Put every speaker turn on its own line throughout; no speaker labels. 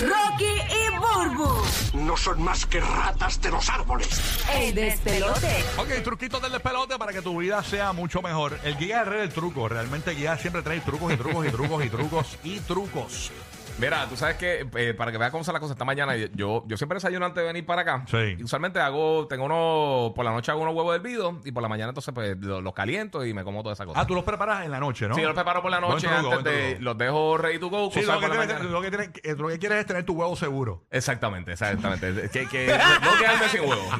Rocky y Burbu.
No son más que ratas de los árboles.
El despelote.
Ok, truquito del despelote para que tu vida sea mucho mejor. El guía de red del truco. Realmente el guía siempre trae trucos y trucos y trucos y trucos y trucos.
Mira, tú sabes que eh, para que veas cómo son las cosas esta mañana, yo, yo siempre desayuno antes de venir para acá.
Sí.
Y usualmente hago, tengo uno, por la noche hago unos huevos hervidos y por la mañana entonces pues lo- los caliento y me como toda esa cosa.
Ah, tú los preparas en la noche, ¿no?
Sí, yo los preparo por la
Buen
noche
truco,
antes
buen
de,
truco.
los dejo ready to go.
Sí,
cosas
lo que,
por la
tienes-
mañana.
lo que tienes- eh, lo que quieres es tener tu huevo seguro.
Exactamente, exactamente. que, que no quedarme sin huevo.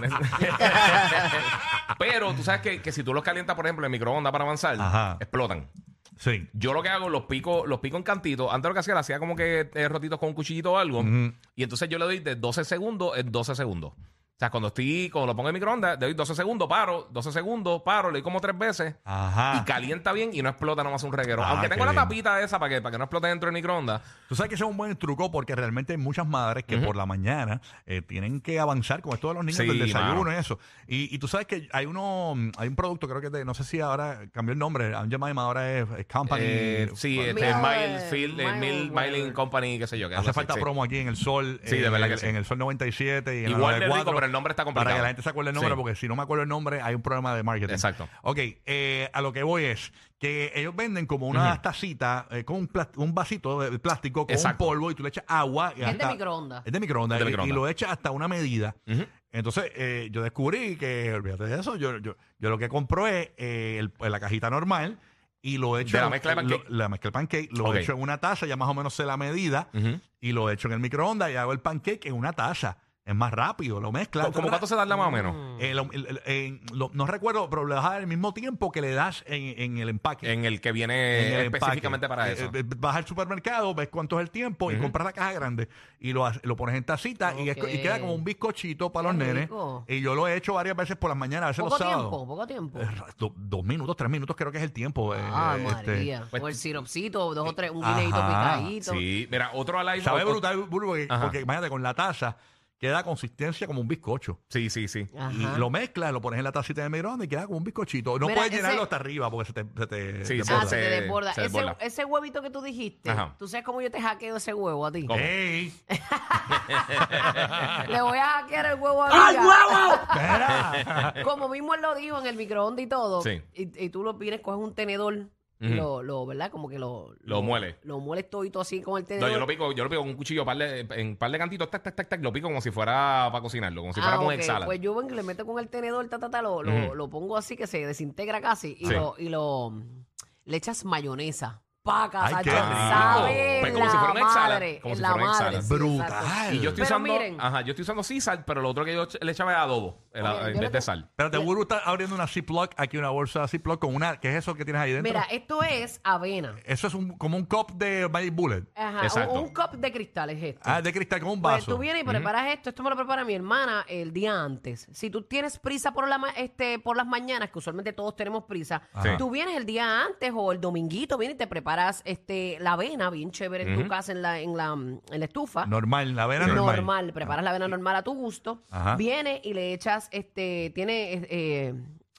Pero tú sabes que, que si tú los calientas, por ejemplo, en microondas para avanzar,
Ajá.
explotan.
Sí.
Yo lo que hago, los pico, los pico en cantitos. Antes lo que hacía, lo hacía como que eh, rotitos con un cuchillito o algo. Y entonces yo le doy de 12 segundos en 12 segundos. O sea, cuando estoy, cuando lo pongo en microondas, le doy 12 segundos, paro, 12 segundos, paro, le doy como tres veces.
Ajá.
Y calienta bien y no explota nomás un reguero.
Ah,
Aunque
qué
tengo la
bien.
tapita esa para que, para que no explote dentro del microondas.
Tú sabes que ese es un buen truco porque realmente hay muchas madres que por la mañana eh, tienen que avanzar con esto de los niños
Sí,
del desayuno
mano.
y eso. Y, y tú sabes que hay uno, mm, hay un producto, creo que es de- no sé si ahora cambió el nombre, han llamado ahora es, es Company.
Eh, sí,
Hace
este,
Mil-
Mile Field, eh,
Mile-
Mil Miling Company, qué sé yo. que algo así,
falta
sí.
promo aquí en el Sol,
Sí,
en,
de verdad
el,
que sí.
en el Sol 97 y en la
Igual de rico,
94,
pero el nombre está
Para que
complicado.
la gente se acuerde el nombre,
Sí.
porque si no me acuerdo el nombre, hay un problema de marketing.
Exacto.
Ok, eh, a lo que voy es que ellos venden como unas tacitas eh, con un, plas- un vasito de plástico con
Exacto.
un polvo y tú le echas agua. y
Es de
hasta-
microondas.
Es de microondas.
Es de
y- Y,
microondas.
lo echas hasta una medida.
Ujú.
Entonces, eh, yo descubrí que, olvídate de eso, yo, yo, yo lo que compro es eh, el- la cajita normal y lo echo
De la mezcla de
lo-
pancake.
la mezcla de pancake, lo
Ok.
echo en una taza, ya más o menos sé la medida
Ujú.
y lo echo en el microondas y hago el pancake en una taza. Es más rápido, lo mezclas.
¿Cómo- ¿Cómo cuánto se tarda más o menos?
Eh, lo- el- el- en- lo- no recuerdo, pero le das al mismo tiempo que le das en, en el empaque.
En el que
En
viene
el
específicamente
empaque.
para
Eh,
eso.
eh, vas al supermercado, ves cuánto es el tiempo y compras la caja grande y lo, ha- lo pones en tacita y, es co- y
Ok.
queda como un bizcochito para los
Qué
nenes.
rico.
Y yo lo he hecho varias veces por las mañanas, a veces
Poco
los sábados.
tiempo, poco tiempo.
Eh, do- dos minutos, tres minutos creo que es el tiempo. eh,
Ah,
este.
María.
pues- Eh, ah,
o el siropcito, o dos o tres, un
Ajá.
guineito picadito.
Sí, mira, otro al aire.
Sabe
otro-
brutal, Burbu, porque,
Ajá.
porque imagínate, con la taza queda consistencia como un bizcocho.
Sí, sí, sí.
Ajá.
Y lo mezclas, lo pones en la tacita de microondas y queda como un bizcochito. No
Mira,
puedes
ese-
llenarlo hasta arriba porque se te. Se te,
Sí,
te
sí,
Ah,
bota.
se,
Se-
te desborda.
se
ese,
desborda.
ese huevito que tú dijiste,
Ajá.
¿tú sabes cómo yo te hackeo ese huevo a ti?
¿Cómo?
¡Ey!
Le voy a hackear el huevo a
¡Al
Giga.
huevo!
Espera.
Como mismo él lo dijo en el microondas y todo.
Sí.
Y, y tú lo vienes, coges un tenedor, y
Ujú.
lo, lo, ¿verdad? Como que lo...
Lo muele.
Lo mueles todito así con el
No,
tenedor.
yo lo pico, yo lo pico con un cuchillo par de- en par de cantitos, tac, tac, tac, tac, lo pico como si fuera para cocinarlo, como si fuera
Ah,
un
ok.
exhala.
Pues yo vengo y le meto con el tenedor, ta, ta, ta, lo, lo-
Ujú.
lo pongo así que se desintegra casi y,
Sí.
lo, y lo mm, le echas mayonesa. Paca,
Ay, qué
Sacha,
rico.
sabe
Pues como
la
si fuera un exhala,
madre,
como si
la
fuera un
madre,
exhala.
sí,
Brutal.
exacto.
y yo estoy
Pero
usando,
miren.
ajá, yo esto estoy usando sí sal, pero lo otro que yo ch- le echaba es adobo, el-
Ok, yo
en vez
lo
de
que-
sal.
Espérate, Burbu está abriendo una Ziploc, aquí una bolsa de Ziploc con una. ¿Qué es eso que tienes ahí dentro?
Mira, esto es avena.
eso es un, como un cup de Magic Bullet.
Ajá, un-
Exacto.
un, cup de cristal es esto.
Ah, de cristal con un
Pues
vaso.
tú vienes y preparas esto. Esto me lo prepara mi hermana el día antes. Si tú tienes prisa por, la, ma- este, por las mañanas, que usualmente todos tenemos prisa,
Ajá.
tú vienes el día antes o el dominguito, vienes y te preparas este, la avena bien chévere en tu
Ujú.
casa, en la, en la, mm, en la estufa.
normal, la avena normal.
normal. Preparas la
Ah.
avena normal a tu gusto.
Ajá.
Vienes y le echas, este, tiene eh, eh,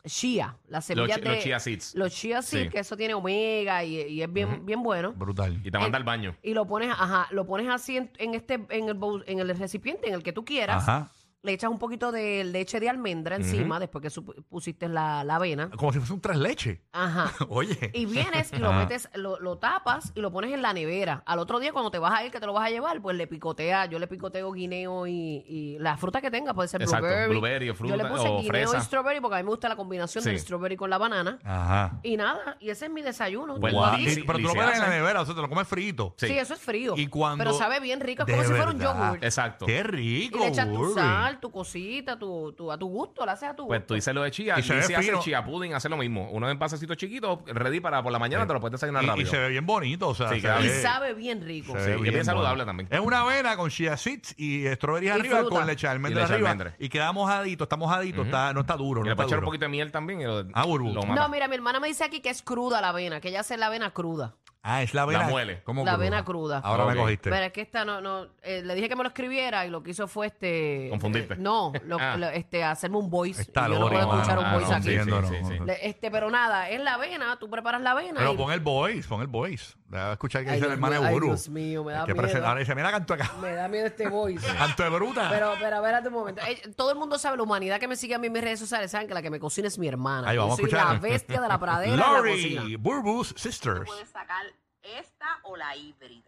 chía, las semillas
chi-
de...
los chia seeds.
Los chia seeds,
Sí.
que eso tiene omega y, y es bien, bien bueno
Brutal.
Y te manda al baño.
y lo pones, ajá, lo pones así en, en este, en el, bowl- en el recipiente en el que tú quieras.
Ajá.
Le echas un poquito de leche de almendra encima, después que sup- pusiste la, la avena.
Como si fuese un tres leche.
Ajá.
Oye.
Y vienes y lo
Ajá.
metes, lo, lo tapas y lo pones en la nevera. Al otro día, cuando te vas a ir, que te lo vas a llevar, pues le picotea. Yo le picoteo guineo y, y la fruta que tenga, puede ser
Exacto,
blueberry.
blueberry o fruta,
Yo le puse
o
guineo
fresa.
y strawberry porque a mí me gusta la combinación
Sí.
del strawberry con la banana.
Ajá.
Y nada, y ese es mi desayuno.
Pues,
Lo
Guau.
li-
hice.
Y- pero tú lo
li-
pones en Ah. la
hace.
nevera, o sea, te lo comes frito.
Sí, eso es frío.
Y cuando-
Pero sabe bien rico, es
De
como si fuera un
verdad.
yogur.
Exacto.
Qué
Y
rico.
le echas tu
Burbu.
sal, tu cosita, tu, tu- a tu gusto, la haces a tu gusto.
Pues tú dices lo de chía,
Y
y
se
se
ve
hace
fino.
chía pudding, hace lo mismo. Uno en pasecitos chiquitos, ready para por la mañana, te lo puedes desayunar
Y- y,
rápido.
se ve bien bonito, o sea.
Sí,
se
claro.
y
ve-
sabe bien rico.
Se
Sí,
ve
y es
bien
bien saludable
bueno.
también.
Es una avena con chia seeds y strawberries
Y
arriba
fruta.
con leche de almendra
Y leche de
arriba.
almendra.
Y queda mojadito, está mojadito, está, no está duro.
y
No
le
está
puedes echar
duro.
un poquito de miel también. y lo-
Ah, burbu.
lo mata.
No, mira, mi hermana me dice aquí que es cruda la avena, que ella hace la avena cruda.
Ah, es la avena.
muele.
¿cómo
La avena cruda.
Ahora
Ok.
me cogiste.
Pero es que esta no, no, eh, le dije que me lo escribiera y lo que hizo fue este...
Confundirte.
eh, no, lo-
Ah.
lo- este, hacerme un voice.
Está
y yo no
Lori,
puedo
mano.
escuchar un
Ah,
voice
no,
aquí.
entiendo,
Sí, sí,
no.
sí, sí.
Le- Este, pero nada, es la avena, tú preparas la avena
Pero
y-
pon el voice, pon el voice. Debe escuchar que
Ay,
dice la
Dios
hermana
mío,
de
ay,
Buru.
Dios mío, me da
Que
miedo.
presen- Ahora dice, mira, canto acá.
Me da miedo este voice.
Canto de bruta.
Pero, pero, espérate un momento. Eh, todo el mundo sabe, la humanidad que me sigue a mí en mis redes sociales saben que la que me cocina es mi hermana.
Ahí vamos
Yo
a
soy
escuchar.
la bestia de la pradera en la cocina.
Lori, Burbu's Sisters.
puedes sacar esta o la híbrida.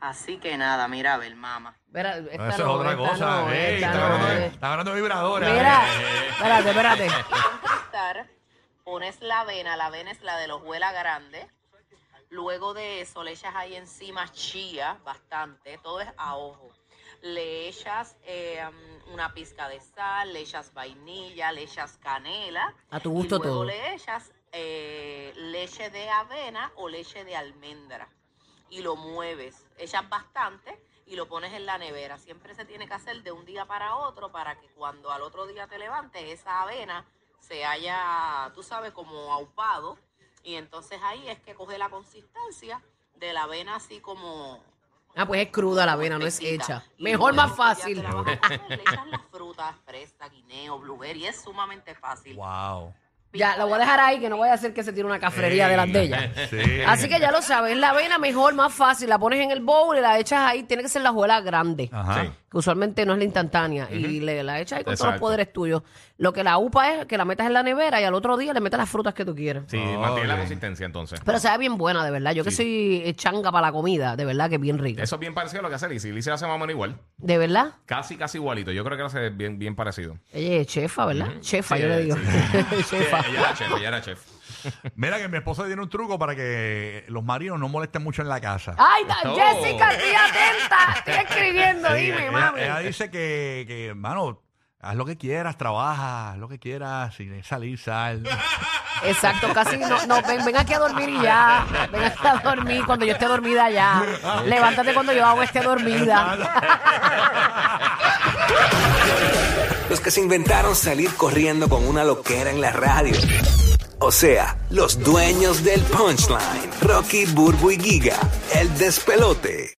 Así que nada, mira, a ver, mamá.
Espera,
No,
esta
Eso es
no,
otra
esta
cosa.
no,
ey,
esta
Está
no,
hablando de-
eh.
está hablando de vibradora.
Mira,
eh.
espérate, espérate.
Y conquistar, pones la avena, la avena es la de la hojuela grande. Luego de eso, le echas ahí encima chía, bastante, todo es a ojo. Le echas eh, um, una pizca de sal, le echas vainilla, le echas canela.
A tu gusto
y luego
todo.
le echas eh, leche de avena o leche de almendra. Y lo mueves, echas bastante y lo pones en la nevera. Siempre se tiene que hacer de un día para otro para que cuando al otro día te levantes, esa avena se haya, tú sabes, como aupado. Y entonces ahí es que coge la consistencia de la avena así como
Ah, pues es cruda la avena, no es
Espesita.
hecha.
Y
Mejor,
luego
más
ya te
fácil.
la vas a hacer, Le echas las frutas, fresa, guineo, blueberry, es sumamente fácil.
Eh, Wow.
Ya, la voy a dejar ahí que no voy a hacer que se tire una cafrería de las de ella.
Sí.
Así que ya lo sabes, la avena mejor, más fácil. La pones en el bowl y la echas ahí. Tiene que ser la hojuela grande,
Ajá.
Sí.
que usualmente no es la instantánea. Y le, la echas ahí con todos los
Exacto.
poderes tuyos. Lo que la upa es que la metas en la nevera y al otro día le metas las frutas que tú quieres.
Sí,
Oh,
mantiene la
bien.
consistencia entonces.
Pero sabe bien buena, de verdad. Yo que soy eh, changa para la comida, de verdad que es bien rica.
Eso es bien parecido a lo que hace Lizzie. Lizzie lo hace más o menos igual.
De verdad.
Casi, casi igualito. Yo creo que lo hace bien, bien parecido.
Ella es chefa, ¿verdad? Chefa,
Sí,
yo le
eh,
digo.
sí. Sí,
chefa.
Ella era chef, ella era chef.
Mira que mi esposa tiene un truco para que los maridos no molesten mucho en la casa.
Ay, da-
Oh.
Jessica, estoy atenta. Estoy escribiendo,
Sí,
dime,
ella,
mami.
ella dice que, que, hermano, haz lo que quieras, trabaja, haz lo que quieras, sin salir, sal.
Exacto, casi no, no, ven, ven aquí a dormir y ya. Ven aquí a dormir cuando yo esté dormida ya. Levántate cuando yo hago esté dormida.
Los que se inventaron salir corriendo con una loquera en la radio. O sea, los dueños del punchline. Rocky, Burbu y Giga. El despelote.